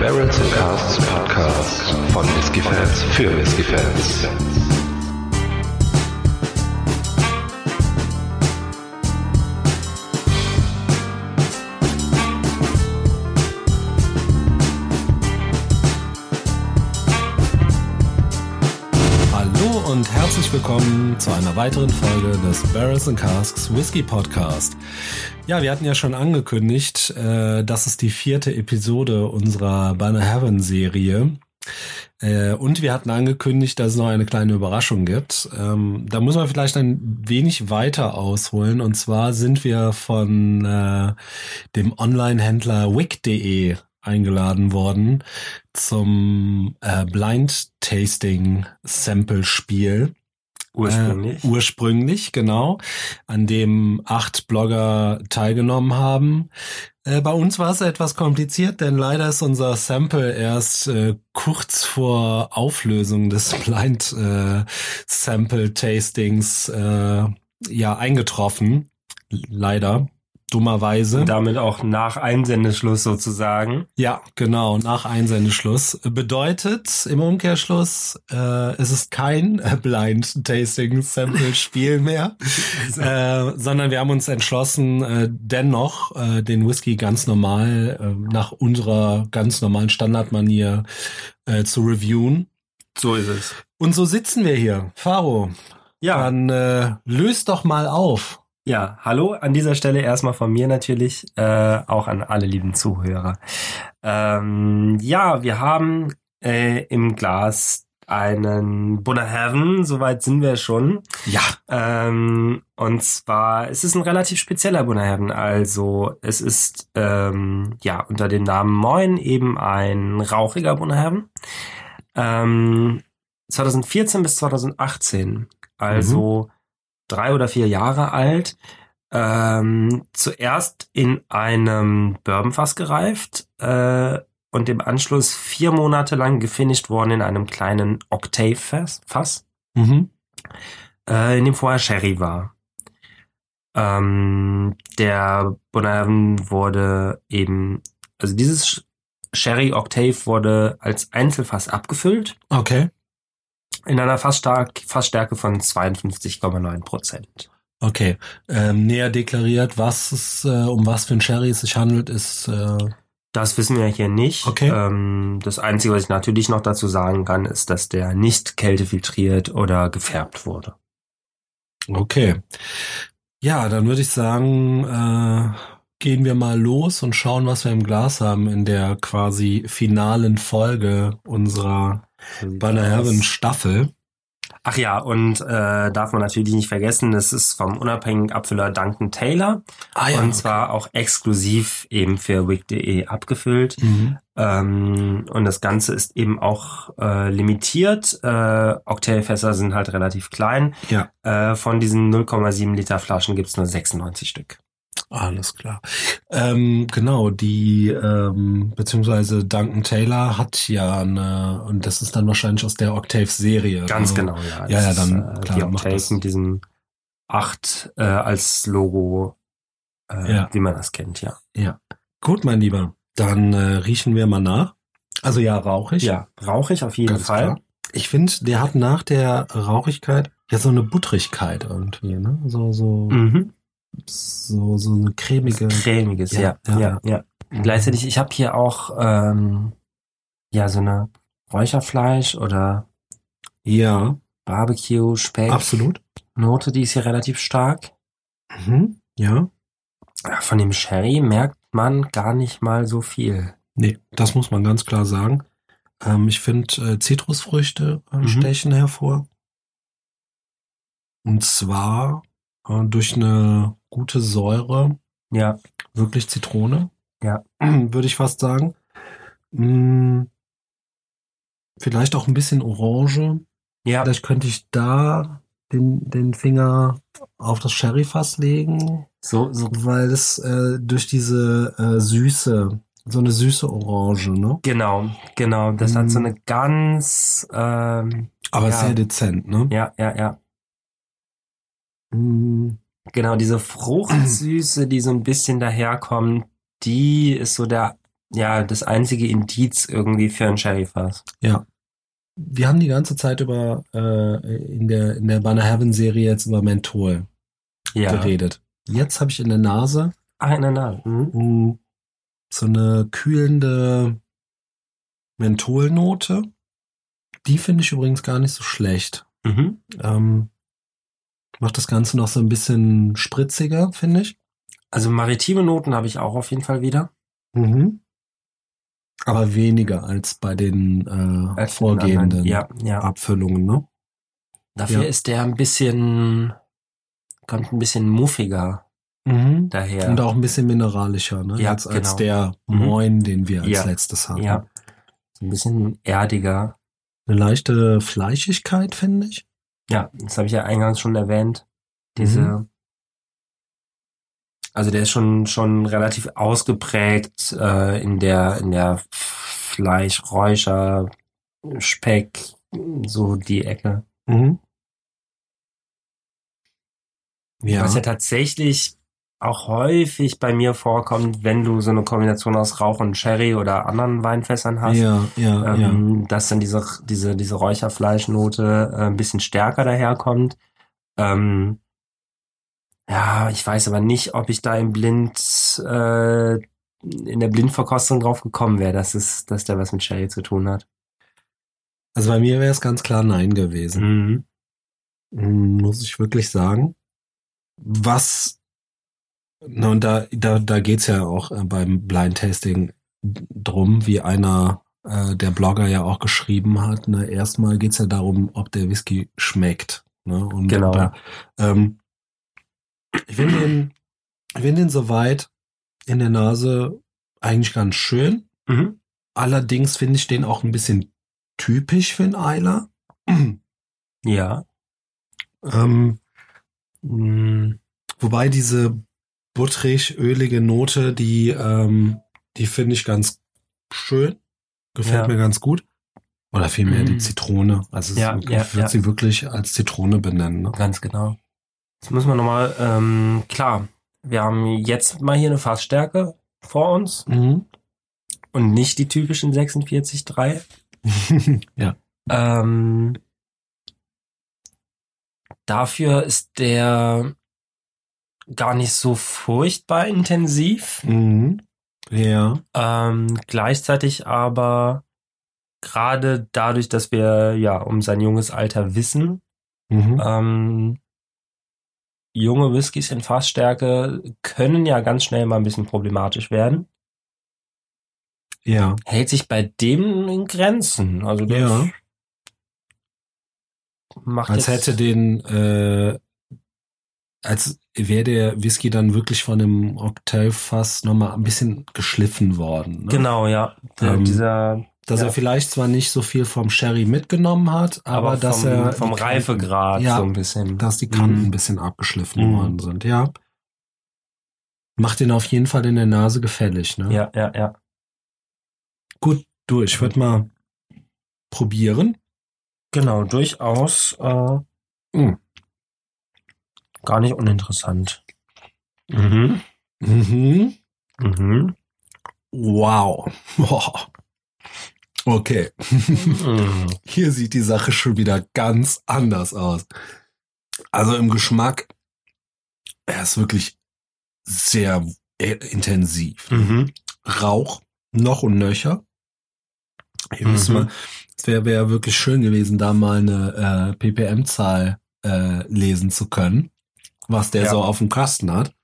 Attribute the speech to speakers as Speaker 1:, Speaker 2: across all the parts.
Speaker 1: Barrels and Casts Podcast von Whiskey Fans für Whiskey Fans.
Speaker 2: Hallo und herzlich willkommen zu einer weiteren Folge des Barrels and Casks Whisky Podcast. Ja, wir hatten ja schon angekündigt, äh, das ist die vierte Episode unserer Banner Heaven Serie. Äh, und wir hatten angekündigt, dass es noch eine kleine Überraschung gibt. Ähm, da muss man vielleicht ein wenig weiter ausholen. Und zwar sind wir von äh, dem Online-Händler wick.de E eingeladen worden zum äh, Blind Tasting Sample Spiel.
Speaker 3: Ursprünglich.
Speaker 2: Äh, ursprünglich, genau. An dem acht Blogger teilgenommen haben. Äh, bei uns war es etwas kompliziert, denn leider ist unser Sample erst äh, kurz vor Auflösung des Blind äh, Sample Tastings äh, ja eingetroffen. Leider. Dummerweise.
Speaker 3: Und damit auch nach Einsendeschluss sozusagen.
Speaker 2: Ja, genau, nach Einsendeschluss. Bedeutet im Umkehrschluss, äh, es ist kein äh, Blind Tasting Sample Spiel mehr, äh, sondern wir haben uns entschlossen, äh, dennoch äh, den Whisky ganz normal, äh, nach unserer ganz normalen Standardmanier äh, zu reviewen.
Speaker 3: So ist es.
Speaker 2: Und so sitzen wir hier. Faro,
Speaker 3: Ja,
Speaker 2: dann äh, löst doch mal auf.
Speaker 3: ja. Hallo an dieser Stelle erstmal von mir natürlich, äh, auch an alle lieben Zuhörer. Ähm, ja, wir haben äh, im Glas einen Bunner Heaven, soweit sind wir schon.
Speaker 2: Ja.
Speaker 3: Ähm, und zwar, es ist ein relativ spezieller Bunnerherren. Also es ist ähm, ja unter dem Namen Moin eben ein rauchiger Bunnerherren. Ähm, 2014 bis 2018, also drei oder vier Jahre alt. Ähm, zuerst in einem Bourbonfass gereift äh, und im Anschluss vier Monate lang gefinisht worden in einem kleinen Octave-Fass
Speaker 2: Mhm.
Speaker 3: äh, in dem vorher Sherry war. Ähm, der Bonavent wurde eben, also dieses Sch- Sherry Octave wurde als Einzelfass abgefüllt
Speaker 2: Okay.
Speaker 3: in einer Fassstark, Fassstärke von 52,9 Prozent.
Speaker 2: Okay. Ähm, näher deklariert, was es, äh, um was für ein Sherry es sich handelt, ist äh,
Speaker 3: Das wissen wir hier nicht.
Speaker 2: Okay.
Speaker 3: Ähm, das Einzige, was ich natürlich noch dazu sagen kann, ist, dass der nicht kältefiltriert oder gefärbt wurde.
Speaker 2: Okay. Ja, dann würde ich sagen, äh, gehen wir mal los und schauen, was wir im Glas haben in der quasi finalen Folge unserer Banner Heaven Staffel.
Speaker 3: Ach ja, und äh, darf man natürlich nicht vergessen, das ist vom unabhängigen Abfüller Duncan Taylor.
Speaker 2: Ah
Speaker 3: und zwar auch exklusiv eben für wig.de abgefüllt.
Speaker 2: Mhm.
Speaker 3: Ähm, und das Ganze ist eben auch äh, limitiert. Äh, Oktavefässer sind halt relativ klein.
Speaker 2: Ja.
Speaker 3: Äh, von diesen 0,7 Liter Flaschen gibt's nur 96 Stück.
Speaker 2: Alles klar. Ähm, genau, die, ähm, beziehungsweise Duncan Taylor hat ja eine, und das ist dann wahrscheinlich aus der Octave-Serie.
Speaker 3: Ganz
Speaker 2: ne?
Speaker 3: genau, ja.
Speaker 2: Ja, ja,
Speaker 3: Das ist,
Speaker 2: dann,
Speaker 3: äh,
Speaker 2: klar,
Speaker 3: die
Speaker 2: macht
Speaker 3: Octave
Speaker 2: das.
Speaker 3: mit diesem 8 äh, als Logo, äh,
Speaker 2: Ja.
Speaker 3: wie man das kennt, ja.
Speaker 2: Gut, mein Lieber, dann äh, riechen wir mal nach. Also ja, rauchig.
Speaker 3: Ja, rauche ich auf jeden
Speaker 2: Ganz
Speaker 3: Fall.
Speaker 2: klar. Ich finde, der hat nach der Rauchigkeit ja so eine Buttrigkeit irgendwie, ne? So, so,
Speaker 3: Mhm.
Speaker 2: so, so eine cremige.
Speaker 3: cremiges,
Speaker 2: Genau. Ja,
Speaker 3: ja,
Speaker 2: ja,
Speaker 3: ja, ja.
Speaker 2: Mhm.
Speaker 3: Gleichzeitig, ich habe hier auch ähm, ja so eine Räucherfleisch oder
Speaker 2: Ja,
Speaker 3: Barbecue Speck
Speaker 2: absolut.
Speaker 3: Note, die ist hier relativ stark.
Speaker 2: Mhm. Ja.
Speaker 3: Ja, Von dem Sherry merkt man gar nicht mal so viel.
Speaker 2: Nee, das muss man ganz klar sagen. Ähm, ich finde, äh, Zitrusfrüchte äh,
Speaker 3: Mhm.
Speaker 2: stechen hervor. Und zwar äh, durch eine gute Säure,
Speaker 3: Ja,
Speaker 2: wirklich Zitrone.
Speaker 3: Ja.
Speaker 2: Würde ich fast sagen. Mm, vielleicht auch ein bisschen Orange.
Speaker 3: ja,
Speaker 2: Vielleicht könnte ich da den, den Finger auf das Sherryfass legen,
Speaker 3: so so
Speaker 2: weil es äh, durch diese äh, Süße, so eine süße Orange, ne?
Speaker 3: genau, genau. Das hat so
Speaker 2: Mhm.
Speaker 3: eine ganz ähm,
Speaker 2: Aber
Speaker 3: Ja.
Speaker 2: sehr dezent, ne?
Speaker 3: ja, ja, ja.
Speaker 2: Mm,
Speaker 3: Genau, diese Fruchtsüße, die so ein bisschen daherkommt, die ist so der ja das einzige Indiz irgendwie für ein Sherryfass.
Speaker 2: Ja. Wir haben die ganze Zeit über äh, in der, in der Banner Heaven Serie jetzt über Menthol
Speaker 3: Ja.
Speaker 2: geredet. Jetzt habe ich in der Nase
Speaker 3: Ach, in der Nase. Mhm.
Speaker 2: mm, so eine kühlende Mentholnote. Die finde ich übrigens gar nicht so schlecht.
Speaker 3: Mhm.
Speaker 2: Ähm, macht das Ganze noch so ein bisschen spritziger, finde ich.
Speaker 3: Also maritime Noten habe ich auch auf jeden Fall wieder. Mhm.
Speaker 2: Aber weniger als bei den äh,
Speaker 3: Als in den anderen.
Speaker 2: vorgehenden
Speaker 3: Ja, ja.
Speaker 2: Abfüllungen, ne?
Speaker 3: Dafür
Speaker 2: Ja.
Speaker 3: ist der ein bisschen, kommt ein bisschen muffiger daher.
Speaker 2: Und auch ein bisschen mineralischer, ne?
Speaker 3: Mhm. Ja,
Speaker 2: als, als
Speaker 3: genau.
Speaker 2: der
Speaker 3: Mhm.
Speaker 2: Moin, den wir als
Speaker 3: Ja.
Speaker 2: letztes hatten.
Speaker 3: ja. So ein bisschen erdiger.
Speaker 2: Eine leichte Fleischigkeit, finde ich.
Speaker 3: Ja, das habe ich ja eingangs schon erwähnt. Diese. Also der ist schon, schon relativ ausgeprägt äh, in der, in der Fleischräucher, Speck, so die Ecke.
Speaker 2: Ja.
Speaker 3: Was ja tatsächlich auch häufig bei mir vorkommt, wenn du so eine Kombination aus Rauch und Sherry oder anderen Weinfässern hast.
Speaker 2: ja, ja, ja.
Speaker 3: ähm, dass dann diese, diese, diese Räucherfleischnote äh, ein bisschen stärker daherkommt. Ähm, ja, ich weiß aber nicht, ob ich da im Blind, äh, in der Blindverkostung drauf gekommen wäre, dass es, dass der was mit Sherry zu tun hat.
Speaker 2: Also bei mir wäre es ganz klar Nein gewesen.
Speaker 3: Mhm.
Speaker 2: muss ich wirklich sagen. Was, na und da, da, da geht's ja auch äh, beim Blind Tasting drum, wie einer äh, der Blogger ja auch geschrieben hat, ne, erstmal geht's ja darum, ob der Whisky schmeckt. Ne? Und
Speaker 3: Genau.
Speaker 2: Da, ähm, ich finde den, ich finde den soweit in der Nase eigentlich ganz schön.
Speaker 3: Mhm.
Speaker 2: Allerdings finde ich den auch ein bisschen typisch für einen Eiler.
Speaker 3: Ja.
Speaker 2: Ähm,
Speaker 3: Mhm.
Speaker 2: Wobei diese buttrig-ölige Note, die, ähm, die finde ich ganz schön. Gefällt
Speaker 3: Ja.
Speaker 2: mir ganz gut. Oder vielmehr
Speaker 3: Mhm.
Speaker 2: die Zitrone. Also
Speaker 3: Ja,
Speaker 2: es, ich
Speaker 3: ja,
Speaker 2: würde
Speaker 3: ja.
Speaker 2: sie wirklich als Zitrone benennen. Ne?
Speaker 3: Ganz genau. Jetzt müssen wir nochmal, ähm, klar, wir haben jetzt mal hier eine Fassstärke vor uns und nicht die typischen 46,3.
Speaker 2: ja.
Speaker 3: Ähm, dafür ist der gar nicht so furchtbar intensiv.
Speaker 2: Mhm. Ja.
Speaker 3: Ähm, gleichzeitig aber gerade dadurch, dass wir ja um sein junges Alter wissen,
Speaker 2: Mhm.
Speaker 3: ähm, junge Whiskys in Fassstärke können ja ganz schnell mal ein bisschen problematisch werden.
Speaker 2: Äh, Ja.
Speaker 3: Hält sich bei dem in Grenzen. Also das
Speaker 2: Ja.
Speaker 3: macht
Speaker 2: Als
Speaker 3: jetzt-
Speaker 2: hätte den, äh, als wäre der Whisky dann wirklich von dem Oktailfass nochmal ein bisschen geschliffen worden. Ne?
Speaker 3: Genau, ja. Der,
Speaker 2: Ähm,
Speaker 3: dieser
Speaker 2: Dass
Speaker 3: Ja.
Speaker 2: er vielleicht zwar nicht so viel vom Sherry mitgenommen hat, aber,
Speaker 3: aber
Speaker 2: dass
Speaker 3: vom,
Speaker 2: er
Speaker 3: vom
Speaker 2: die Kanten-
Speaker 3: Reifegrad
Speaker 2: Ja.
Speaker 3: so ein bisschen.
Speaker 2: dass die Kanten
Speaker 3: Mhm.
Speaker 2: ein bisschen abgeschliffen
Speaker 3: Mhm.
Speaker 2: worden sind, ja. Macht den auf jeden Fall in der Nase gefällig, ne?
Speaker 3: ja, ja, ja.
Speaker 2: Gut, du, ich würde mal probieren.
Speaker 3: Genau, durchaus äh,
Speaker 2: Mhm.
Speaker 3: gar nicht uninteressant.
Speaker 2: Mhm.
Speaker 3: Mhm.
Speaker 2: Wow. Boah. Okay,
Speaker 3: Mhm.
Speaker 2: hier sieht die Sache schon wieder ganz anders aus. Also im Geschmack, er ist wirklich sehr äh, intensiv.
Speaker 3: Mhm.
Speaker 2: Rauch noch und nöcher. Hier
Speaker 3: Mhm.
Speaker 2: müssen wir, es wäre wär wirklich schön gewesen, da mal eine äh, PPM-Zahl äh, lesen zu können, was der
Speaker 3: Ja.
Speaker 2: so auf dem Kasten hat.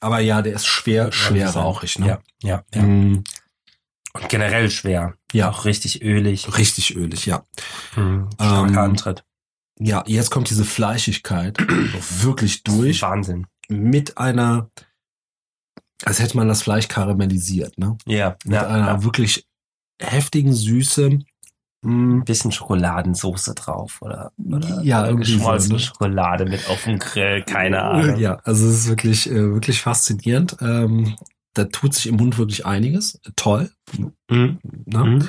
Speaker 2: Aber ja, der ist schwer, schwer rauchig, ne?
Speaker 3: Ja, ja, ja.
Speaker 2: Mm,
Speaker 3: Und generell schwer.
Speaker 2: ja.
Speaker 3: Auch richtig ölig.
Speaker 2: Richtig ölig, ja.
Speaker 3: Mhm. Starker
Speaker 2: Ähm,
Speaker 3: Antritt.
Speaker 2: Ja, jetzt kommt diese Fleischigkeit wirklich durch
Speaker 3: Wahnsinn.
Speaker 2: mit einer, als hätte man das Fleisch karamellisiert, ne?
Speaker 3: Ja,
Speaker 2: Mit
Speaker 3: ja,
Speaker 2: einer
Speaker 3: ja.
Speaker 2: wirklich heftigen Süße. Mm,
Speaker 3: Ein bisschen Schokoladensoße drauf oder, oder
Speaker 2: Ja, irgendwie so,
Speaker 3: geschmolzene
Speaker 2: ne?
Speaker 3: Schokolade mit auf dem Grill, keine Ahnung.
Speaker 2: Ja, also es ist wirklich, äh, wirklich faszinierend. Ähm, da tut sich im Mund wirklich einiges. Toll.
Speaker 3: Mhm.
Speaker 2: Ne?
Speaker 3: Mhm.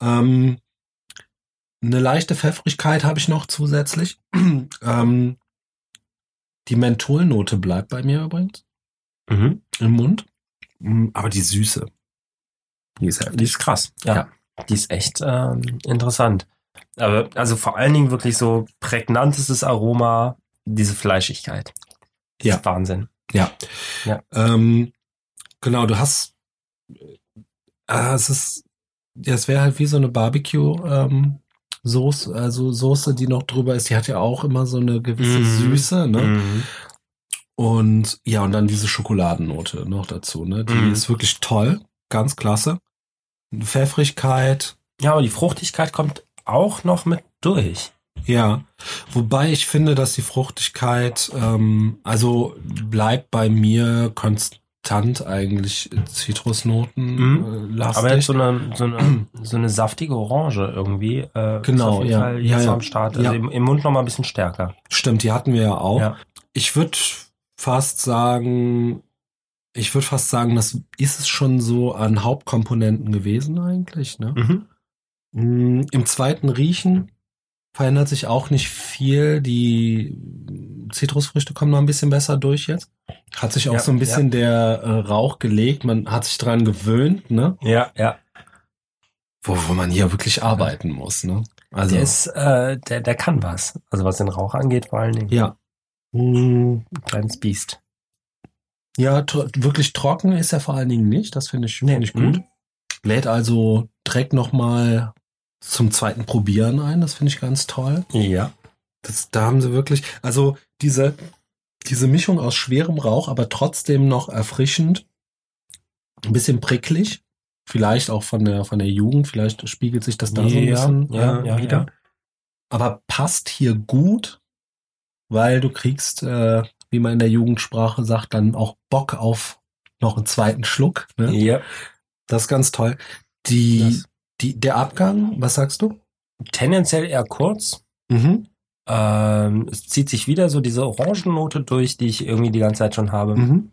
Speaker 2: Ähm, eine leichte Pfeffrigkeit habe ich noch zusätzlich. ähm, die Mentholnote bleibt bei mir übrigens
Speaker 3: Mhm.
Speaker 2: im Mund. Mm, Aber die Süße.
Speaker 3: Die ist heftig.
Speaker 4: Die ist krass.
Speaker 3: Ja.
Speaker 4: Ja.
Speaker 3: Die ist echt ähm, interessant. Aber also vor allen Dingen wirklich so prägnantestes Aroma, diese Fleischigkeit. Das
Speaker 2: Ja.
Speaker 3: ist Wahnsinn.
Speaker 2: Ähm, genau, du hast. äh, Ah, es ist. Ja, es wäre halt wie so eine Barbecue-Soße, also Soße, die noch drüber ist. Die hat ja auch immer so eine gewisse
Speaker 3: Mhm.
Speaker 2: Süße, ne?
Speaker 3: Mhm.
Speaker 2: Und ja, und dann diese Schokoladennote noch dazu, ne? Die
Speaker 3: Mhm.
Speaker 2: ist wirklich toll, ganz klasse. Pfeffrigkeit,
Speaker 3: Ja, aber die Fruchtigkeit kommt auch noch mit durch.
Speaker 2: ja. Wobei ich finde, dass die Fruchtigkeit, ähm, also bleibt bei mir konstant eigentlich Zitrusnoten
Speaker 3: Mhm.
Speaker 2: äh, lastig.
Speaker 3: aber jetzt so eine, so eine, so eine saftige Orange irgendwie. Äh,
Speaker 2: Genau,
Speaker 3: Ist auf jeden
Speaker 2: ja.
Speaker 3: Fall
Speaker 2: Ja,
Speaker 3: jetzt
Speaker 2: ja.
Speaker 3: am Start. Also
Speaker 2: Ja.
Speaker 3: im, im Mund nochmal ein bisschen stärker.
Speaker 2: Stimmt, die hatten wir ja auch.
Speaker 3: Ja.
Speaker 2: Ich würde fast sagen, ich würde fast sagen, das ist es schon so an Hauptkomponenten gewesen eigentlich, ne?
Speaker 3: Mhm.
Speaker 2: Mm, Im zweiten Riechen verändert sich auch nicht viel. Die Zitrusfrüchte kommen noch ein bisschen besser durch jetzt. Hat sich auch
Speaker 3: Ja,
Speaker 2: so ein bisschen der äh, Rauch gelegt. Man hat sich dran gewöhnt, ne?
Speaker 3: Ja, ja.
Speaker 2: Wo, wo man hier wirklich arbeiten muss, ne? Also,
Speaker 3: Der ist, äh, der, der kann was. Also was den Rauch angeht, vor allen Dingen.
Speaker 2: ja. Mm,
Speaker 3: Ein kleines Biest.
Speaker 2: Ja, tro wirklich trocken ist er vor allen Dingen nicht. Das finde ich,
Speaker 3: Nee.
Speaker 2: find ich gut. Lädt also direkt nochmal zum zweiten Probieren ein. Das finde ich ganz toll.
Speaker 3: Ja.
Speaker 2: Das, da haben sie wirklich, also diese, diese Mischung aus schwerem Rauch, aber trotzdem noch erfrischend, ein bisschen pricklig. Vielleicht auch von der, von der Jugend, vielleicht spiegelt sich das da so ein
Speaker 3: Ja,
Speaker 2: bisschen
Speaker 3: ja,
Speaker 2: äh,
Speaker 3: ja,
Speaker 2: wieder.
Speaker 3: ja.
Speaker 2: Aber passt hier gut, weil du kriegst, äh, wie man in der Jugendsprache sagt, dann auch Bock auf noch einen zweiten Schluck. Ne?
Speaker 3: Ja.
Speaker 2: Das ist ganz toll. Die,
Speaker 3: Das-
Speaker 2: die, der Abgang, was sagst du?
Speaker 3: Tendenziell eher kurz.
Speaker 2: Mhm.
Speaker 3: Ähm, es zieht sich wieder so diese Orangennote durch, die ich irgendwie die ganze Zeit schon habe.
Speaker 2: Mhm.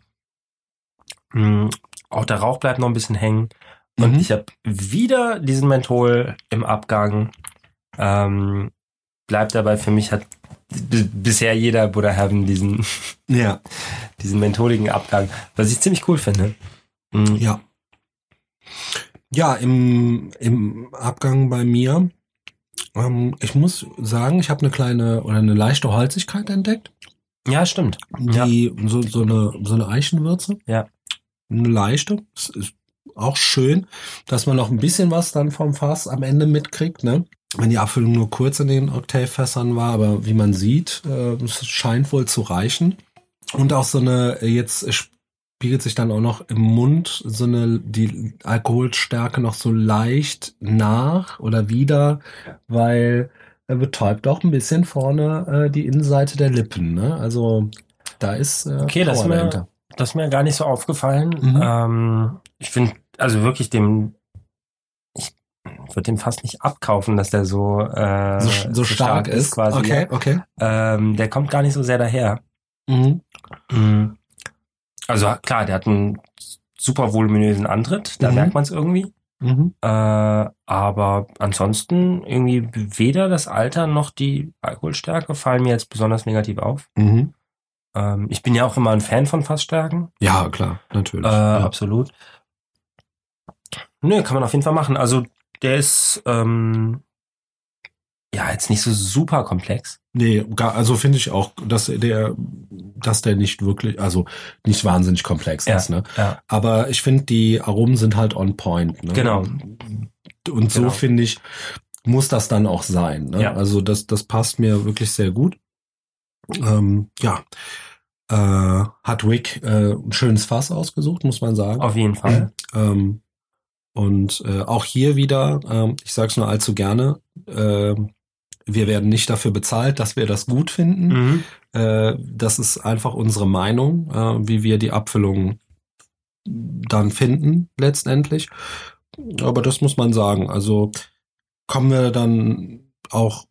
Speaker 3: Mm, Auch der Rauch bleibt noch ein bisschen hängen. Und
Speaker 2: Mhm.
Speaker 3: ich habe wieder diesen Menthol im Abgang. Ähm, bleibt dabei, für mich hat b- bisher jeder Buddha Heaven diesen,
Speaker 2: Ja,
Speaker 3: diesen mentholigen Abgang, was ich ziemlich cool finde. Mm,
Speaker 2: Ja. Ja, im, im Abgang bei mir, ähm, ich muss sagen, ich habe eine kleine oder eine leichte Holzigkeit entdeckt.
Speaker 3: Ja, stimmt. Ja.
Speaker 2: Die, so, so, eine, so eine Eichenwürze.
Speaker 3: Ja.
Speaker 2: Eine leichte. Es ist auch schön, dass man noch ein bisschen was dann vom Fass am Ende mitkriegt, ne? Wenn die Abfüllung nur kurz in den Oktavfässern war, aber wie man sieht, äh, es scheint wohl zu reichen. Und auch so eine, jetzt spiegelt sich dann auch noch im Mund so eine, die Alkoholstärke noch so leicht nach oder wieder, weil er betäubt auch ein bisschen vorne äh, die Innenseite der Lippen. Ne? Also da ist äh,
Speaker 3: Okay, das
Speaker 2: Power
Speaker 3: ist mir-
Speaker 2: dahinter.
Speaker 3: Das ist mir gar nicht so aufgefallen.
Speaker 2: Mhm.
Speaker 3: Ähm, ich finde, also wirklich dem, ich würde dem fast nicht abkaufen, dass der so, äh,
Speaker 2: so, so stark, ist.
Speaker 3: quasi.
Speaker 2: okay, okay.
Speaker 3: Ähm, der kommt gar nicht so sehr daher.
Speaker 2: Mhm.
Speaker 3: Mhm. Also klar, der hat einen super voluminösen Antritt, da
Speaker 2: Mhm.
Speaker 3: merkt man es irgendwie.
Speaker 2: Mhm.
Speaker 3: Äh, aber ansonsten irgendwie weder das Alter noch die Alkoholstärke fallen mir jetzt besonders negativ auf.
Speaker 2: Mhm.
Speaker 3: Ähm, ich bin ja auch immer ein Fan von Fassstärken.
Speaker 2: Ja, klar, natürlich.
Speaker 3: Äh,
Speaker 2: ja.
Speaker 3: Absolut. Nö, kann man auf jeden Fall machen. Also der ist ähm, ja jetzt nicht so super komplex.
Speaker 2: Nee, gar, also finde ich auch, dass der, dass der nicht wirklich, also nicht wahnsinnig komplex
Speaker 3: Ja,
Speaker 2: ist, ne?
Speaker 3: ja.
Speaker 2: Aber ich finde, die Aromen sind halt on point, ne?
Speaker 3: Genau.
Speaker 2: Und so
Speaker 3: Genau.
Speaker 2: finde ich, muss das dann auch sein. Ne?
Speaker 3: Ja.
Speaker 2: Also das, das passt mir wirklich sehr gut. Ähm, ja. Äh, hat Wick äh, ein schönes Fass ausgesucht, muss man sagen.
Speaker 3: Auf jeden Fall.
Speaker 2: Ähm, und äh, auch hier wieder, ähm, ich sage es nur allzu gerne, ähm, wir werden nicht dafür bezahlt, dass wir das gut finden.
Speaker 3: Mhm.
Speaker 2: Äh, das ist einfach unsere Meinung, äh, wie wir die Abfüllung dann finden, letztendlich. Aber das muss man sagen. Also kommen wir dann auch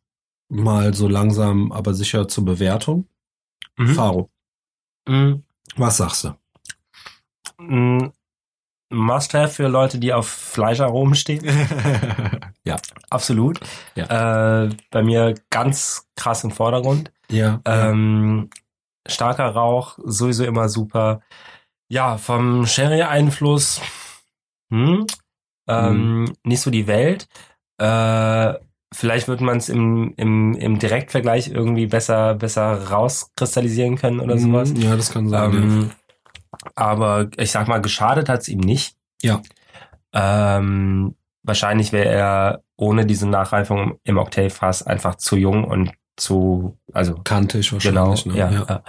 Speaker 2: mal so langsam, aber sicher zur Bewertung.
Speaker 3: Mhm.
Speaker 2: Faro,
Speaker 3: Mhm.
Speaker 2: was sagst du?
Speaker 3: Mhm. Must-have für Leute, die auf Fleischaromen stehen. Absolut. Äh, bei mir ganz krass im Vordergrund.
Speaker 2: ja.
Speaker 3: Ähm, starker Rauch, sowieso immer super. Ja, vom Sherry-Einfluss. Hm? ähm, nicht so die Welt. Äh, vielleicht wird man es im, im, im Direktvergleich irgendwie besser, besser rauskristallisieren können
Speaker 2: Mhm.
Speaker 3: oder sowas.
Speaker 2: Ja, das kann sein. ja.
Speaker 3: Ähm, aber ich sag mal, geschadet hat es ihm nicht.
Speaker 2: Ja.
Speaker 3: Ähm, wahrscheinlich wäre er ohne diese Nachreifung im Octave-Fass einfach zu jung und zu, also
Speaker 2: Kantig
Speaker 3: genau,
Speaker 2: wahrscheinlich. ne?
Speaker 3: ja, ja.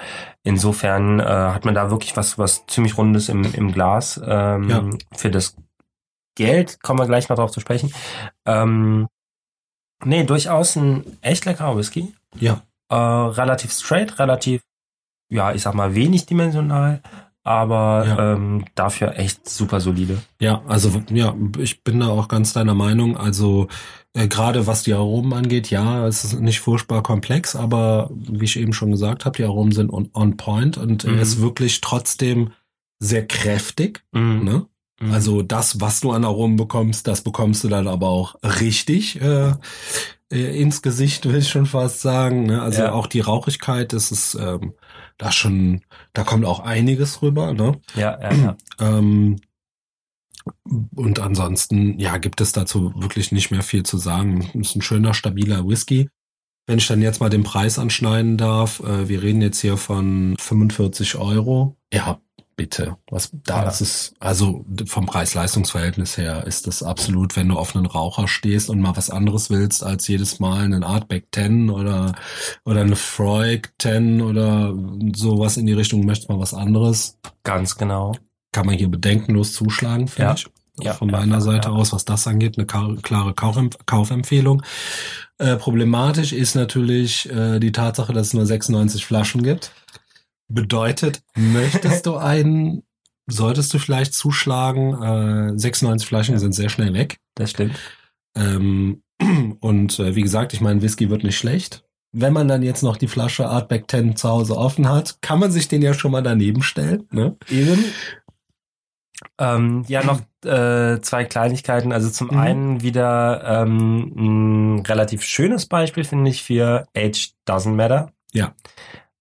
Speaker 3: Insofern äh, hat man da wirklich was, was ziemlich Rundes im, im Glas. Ähm,
Speaker 2: Ja.
Speaker 3: Für das Geld kommen wir gleich noch drauf zu sprechen. Ähm, nee, durchaus ein echt leckerer Whisky.
Speaker 2: Ja.
Speaker 3: Äh, relativ straight, relativ, ja, ich sag mal, wenig dimensional, aber
Speaker 2: Ja.
Speaker 3: ähm, dafür echt super solide.
Speaker 2: Ja, also ja, ich bin da auch ganz deiner Meinung. Also äh, gerade was die Aromen angeht, ja, es ist nicht furchtbar komplex, aber wie ich eben schon gesagt habe, die Aromen sind on, on point und
Speaker 3: Mhm.
Speaker 2: er ist wirklich trotzdem sehr kräftig. Ne?
Speaker 3: Mhm.
Speaker 2: Also das, was du an Aromen bekommst, das bekommst du dann aber auch richtig äh, äh, ins Gesicht, will ich schon fast sagen. Ne? Also
Speaker 3: Ja.
Speaker 2: auch die Rauchigkeit, das ist ähm, da schon, da kommt auch einiges rüber. Ne?
Speaker 3: ja, ja, ja.
Speaker 2: Ähm, und ansonsten, ja, gibt es dazu wirklich nicht mehr viel zu sagen. Ist ein schöner, stabiler Whisky. Wenn ich dann jetzt mal den Preis anschneiden darf, äh, wir reden jetzt hier von 45 Euro. Ja, bitte. Was, da
Speaker 3: Ja.
Speaker 2: ist es, also vom Preis-Leistungs-Verhältnis her ist das absolut, wenn du auf einen Raucher stehst und mal was anderes willst als jedes Mal einen Artback 10 oder, oder eine Freud 10 oder sowas in die Richtung, möchtest mal was anderes
Speaker 3: Ganz genau.
Speaker 2: kann man hier bedenkenlos zuschlagen, finde
Speaker 3: Ja.
Speaker 2: ich.
Speaker 3: Ja,
Speaker 2: Von
Speaker 3: ja,
Speaker 2: meiner
Speaker 3: ja,
Speaker 2: Seite
Speaker 3: ja.
Speaker 2: aus, was das angeht, eine ka- klare Kaufemp Kaufempfehlung. Äh, problematisch ist natürlich äh, die Tatsache, dass es nur 96 Flaschen gibt. Bedeutet, möchtest du einen, solltest du vielleicht zuschlagen, äh, 96 Flaschen
Speaker 3: Ja.
Speaker 2: sind sehr schnell weg.
Speaker 3: Das stimmt.
Speaker 2: Ähm, und äh, wie gesagt, ich meine, Whisky wird nicht schlecht. Wenn man dann jetzt noch die Flasche Artback 10 zu Hause offen hat, kann man sich den ja schon mal daneben stellen. Ne?
Speaker 3: Eben. Ähm, ja, noch äh, zwei Kleinigkeiten. Also zum
Speaker 2: Mhm.
Speaker 3: einen wieder ähm, ein relativ schönes Beispiel, finde ich, für Age Doesn't Matter.
Speaker 2: Ja.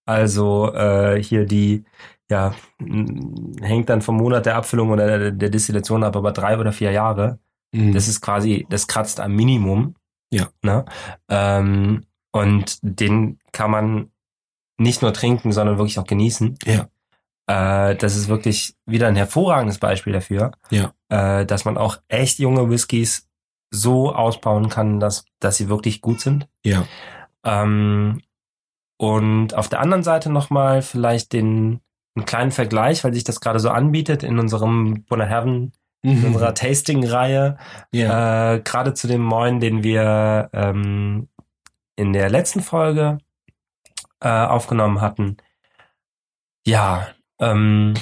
Speaker 3: Also äh, hier die, ja, m, hängt dann vom Monat der Abfüllung oder der, der Destillation ab, aber drei oder vier Jahre.
Speaker 2: Mhm.
Speaker 3: Das ist quasi, das kratzt am Minimum.
Speaker 2: Ja.
Speaker 3: Ne? Ähm, und den kann man nicht nur trinken, sondern wirklich auch genießen.
Speaker 2: Ja.
Speaker 3: Äh, das ist wirklich wieder ein hervorragendes Beispiel dafür,
Speaker 2: Ja.
Speaker 3: äh, dass man auch echt junge Whiskys so ausbauen kann, dass, dass sie wirklich gut sind.
Speaker 2: ja.
Speaker 3: Ähm, und auf der anderen Seite nochmal vielleicht den einen kleinen Vergleich, weil sich das gerade so anbietet in unserem Bonner Herren, in
Speaker 2: Mhm.
Speaker 3: unserer Tasting-Reihe.
Speaker 2: ja.
Speaker 3: Äh, Gerade zu dem Moin, den wir ähm, in der letzten Folge äh, aufgenommen hatten. Ja, ähm,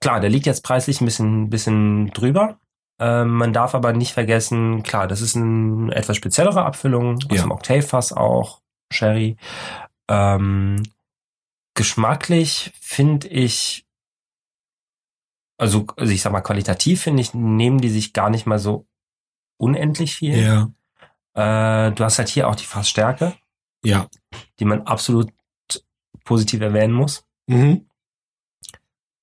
Speaker 3: klar, der liegt jetzt preislich ein bisschen, bisschen drüber. Ähm, man darf aber nicht vergessen, klar, das ist eine etwas speziellere Abfüllung, aus
Speaker 2: Ja.
Speaker 3: dem Octave-Fass auch, Sherry. Ähm, geschmacklich finde ich, also, also ich sag mal, qualitativ finde ich, nehmen die sich gar nicht mal so unendlich viel.
Speaker 2: ja,
Speaker 3: Äh, du hast halt hier auch die Fassstärke,
Speaker 2: ja.
Speaker 3: die man absolut positiv erwähnen muss.
Speaker 2: Mhm.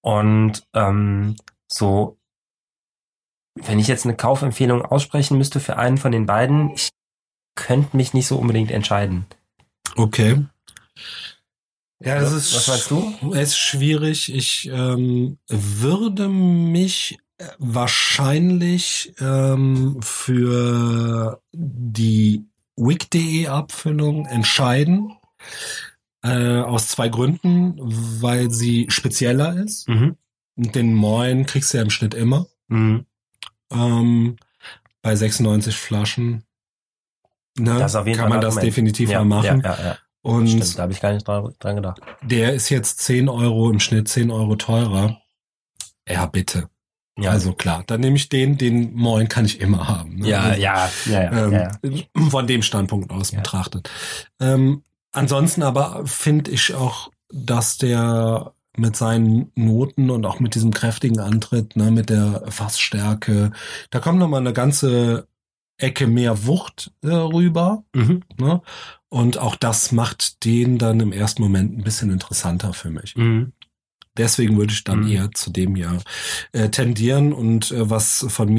Speaker 3: Und ähm, so, wenn ich jetzt eine Kaufempfehlung aussprechen müsste für einen von den beiden, ich könnte mich nicht so unbedingt entscheiden.
Speaker 2: Okay. Ja, das ist,
Speaker 3: Was meinst du?
Speaker 2: es ist schwierig. Ich ähm, würde mich äh, wahrscheinlich ähm, für die wick.de-Abfüllung entscheiden. Äh, aus zwei Gründen, weil sie spezieller ist.
Speaker 3: Mhm.
Speaker 2: Den Moin kriegst du ja im Schnitt immer.
Speaker 3: Mhm.
Speaker 2: Ähm, bei 96 Flaschen ne,
Speaker 3: Das ist auf jeden
Speaker 2: kann
Speaker 3: Fall
Speaker 2: man
Speaker 3: ein
Speaker 2: das
Speaker 3: Argument.
Speaker 2: definitiv
Speaker 3: ja,
Speaker 2: mal machen.
Speaker 3: Ja, ja, ja.
Speaker 2: Und
Speaker 3: Stimmt, da habe ich gar nicht dran, dran gedacht.
Speaker 2: der ist jetzt 10 Euro im Schnitt, 10 Euro teurer. Ja, bitte.
Speaker 3: Ja,
Speaker 2: Also klar, dann nehme ich den, den Moin kann ich immer haben. ne?
Speaker 3: ja,
Speaker 2: Also,
Speaker 3: ja, ja, ja,
Speaker 2: ähm,
Speaker 3: ja, ja.
Speaker 2: Von dem Standpunkt aus
Speaker 3: Ja.
Speaker 2: betrachtet. Ähm, ansonsten aber finde ich auch, dass der mit seinen Noten und auch mit diesem kräftigen Antritt, ne, mit der Fassstärke, da kommt nochmal eine ganze Ecke mehr Wucht äh, rüber.
Speaker 3: Mhm.
Speaker 2: Ne? Und auch das macht den dann im ersten Moment ein bisschen interessanter für mich.
Speaker 3: Mhm.
Speaker 2: Deswegen würde ich dann
Speaker 3: Mhm.
Speaker 2: eher zu dem Jahr äh, tendieren und äh, was von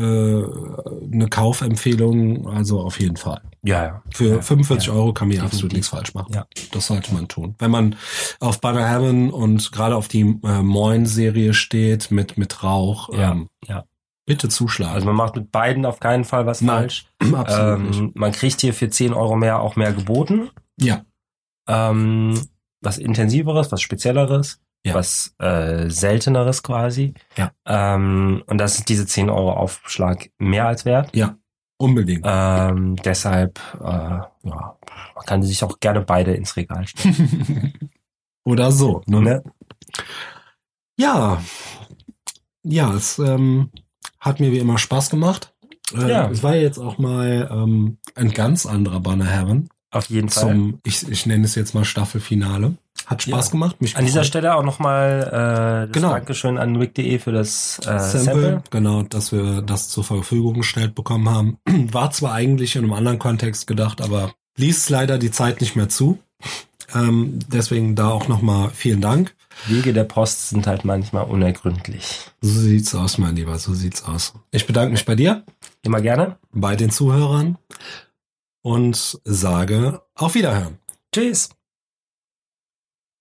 Speaker 2: mir äh, eine Kaufempfehlung, also auf jeden Fall.
Speaker 3: Ja, ja.
Speaker 2: Für
Speaker 3: ja,
Speaker 2: 45
Speaker 3: ja.
Speaker 2: Euro kann man hier
Speaker 3: Definitiv.
Speaker 2: absolut nichts falsch machen.
Speaker 3: Ja.
Speaker 2: Das sollte man tun. Wenn man auf Bannerhammon und gerade auf die äh, Moin-Serie steht mit, mit Rauch,
Speaker 3: Ja,
Speaker 2: ähm,
Speaker 3: ja.
Speaker 2: bitte zuschlagen.
Speaker 3: Also man macht mit beiden auf keinen Fall was
Speaker 2: Nein,
Speaker 3: falsch.
Speaker 2: absolut nicht.
Speaker 3: Ähm, man kriegt hier für 10 Euro mehr auch mehr geboten.
Speaker 2: Ja.
Speaker 3: Ähm, was intensiveres, was spezielleres,
Speaker 2: Ja.
Speaker 3: was äh, selteneres quasi.
Speaker 2: Ja.
Speaker 3: Ähm, und das ist diese 10 Euro Aufschlag mehr als wert.
Speaker 2: Unbedingt.
Speaker 3: Ähm, deshalb, äh, ja, man kann sich auch gerne beide ins Regal stellen. äh,
Speaker 2: Oder so. Ne?
Speaker 3: Ne?
Speaker 2: Ja. Ja, es ähm, hat mir wie immer Spaß gemacht. Äh,
Speaker 3: Ja.
Speaker 2: Es war jetzt auch mal ähm, ein ganz anderer Bannerhammon
Speaker 3: Auf jeden Fall.
Speaker 2: zum, ich, ich nenne es jetzt mal Staffelfinale. Hat Spaß
Speaker 3: Ja.
Speaker 2: gemacht. Mich
Speaker 3: An dieser
Speaker 2: gefreut.
Speaker 3: Stelle auch nochmal äh, das
Speaker 2: Genau.
Speaker 3: Dankeschön an wick.de für das äh,
Speaker 2: Sample,
Speaker 3: Sample.
Speaker 2: genau, dass wir das zur Verfügung gestellt bekommen haben. War zwar eigentlich in einem anderen Kontext gedacht, aber ließ leider die Zeit nicht mehr zu. Ähm, deswegen da auch nochmal vielen Dank.
Speaker 3: Wege der Post sind halt manchmal unergründlich.
Speaker 2: So sieht's aus, mein Lieber, so sieht's aus. Ich bedanke mich bei dir,
Speaker 3: Immer gerne.
Speaker 2: bei den Zuhörern und sage auf Wiederhören.
Speaker 3: Tschüss.